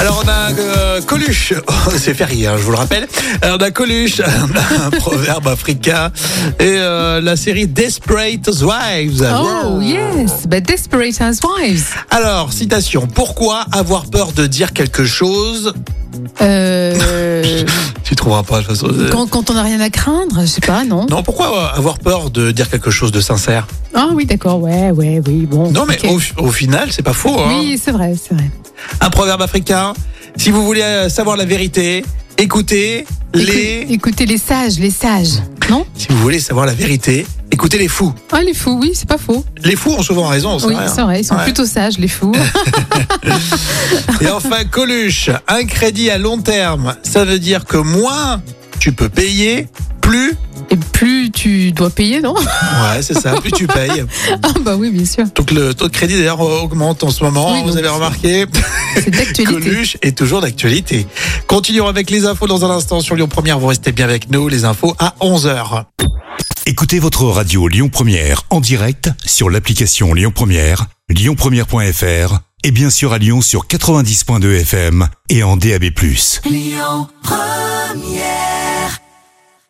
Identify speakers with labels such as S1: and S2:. S1: Alors on a euh, Coluche, c'est férié, hein, je vous le rappelle. Alors, on a Coluche, un proverbe africain, et euh, la série Desperate Wives.
S2: Oh, yes, but Desperate Housewives.
S1: Alors, citation, pourquoi avoir peur de dire quelque chose
S2: Euh,
S1: Tu trouveras pas, de toute façon. Euh,
S2: quand, quand on n'a rien à craindre, je sais pas, non
S1: Non, pourquoi euh, avoir peur de dire quelque chose de sincère
S2: Ah oui, d'accord, ouais, ouais, oui, bon.
S1: Non, mais
S2: ok.
S1: au, au final, c'est pas faux. hein.
S2: Oui, c'est vrai, c'est vrai.
S1: Un proverbe africain, si vous voulez euh, savoir la vérité, écoutez
S2: Écou-
S1: les...
S2: Écoutez les sages, les sages, non
S1: Si vous voulez savoir la vérité, écoutez les fous.
S2: Ah, les fous, oui, c'est pas faux.
S1: Les fous ont souvent raison, c'est
S2: Oui,
S1: vrai, hein.
S2: c'est vrai, ils sont
S1: Ouais.
S2: plutôt sages, les fous.
S1: Et enfin, Coluche, un crédit à long terme, ça veut dire que moins tu peux payer, plus.
S2: Et plus tu dois payer, non
S1: Ouais, c'est ça, plus tu payes.
S2: Ah, bah oui, bien sûr,
S1: Donc le taux de crédit d'ailleurs augmente en ce moment,
S2: Oui,
S1: vous
S2: donc,
S1: avez remarqué.
S2: c'est d'actualité.
S1: Coluche est toujours d'actualité. Continuons avec les infos dans un instant sur Lyon Première. Vous restez bien avec nous, les infos à 11h.
S3: Écoutez votre radio Lyon Première en direct sur l'application Lyon Première, lyonpremière.fr et bien sûr à Lyon sur 90.2 FM et en DAB+.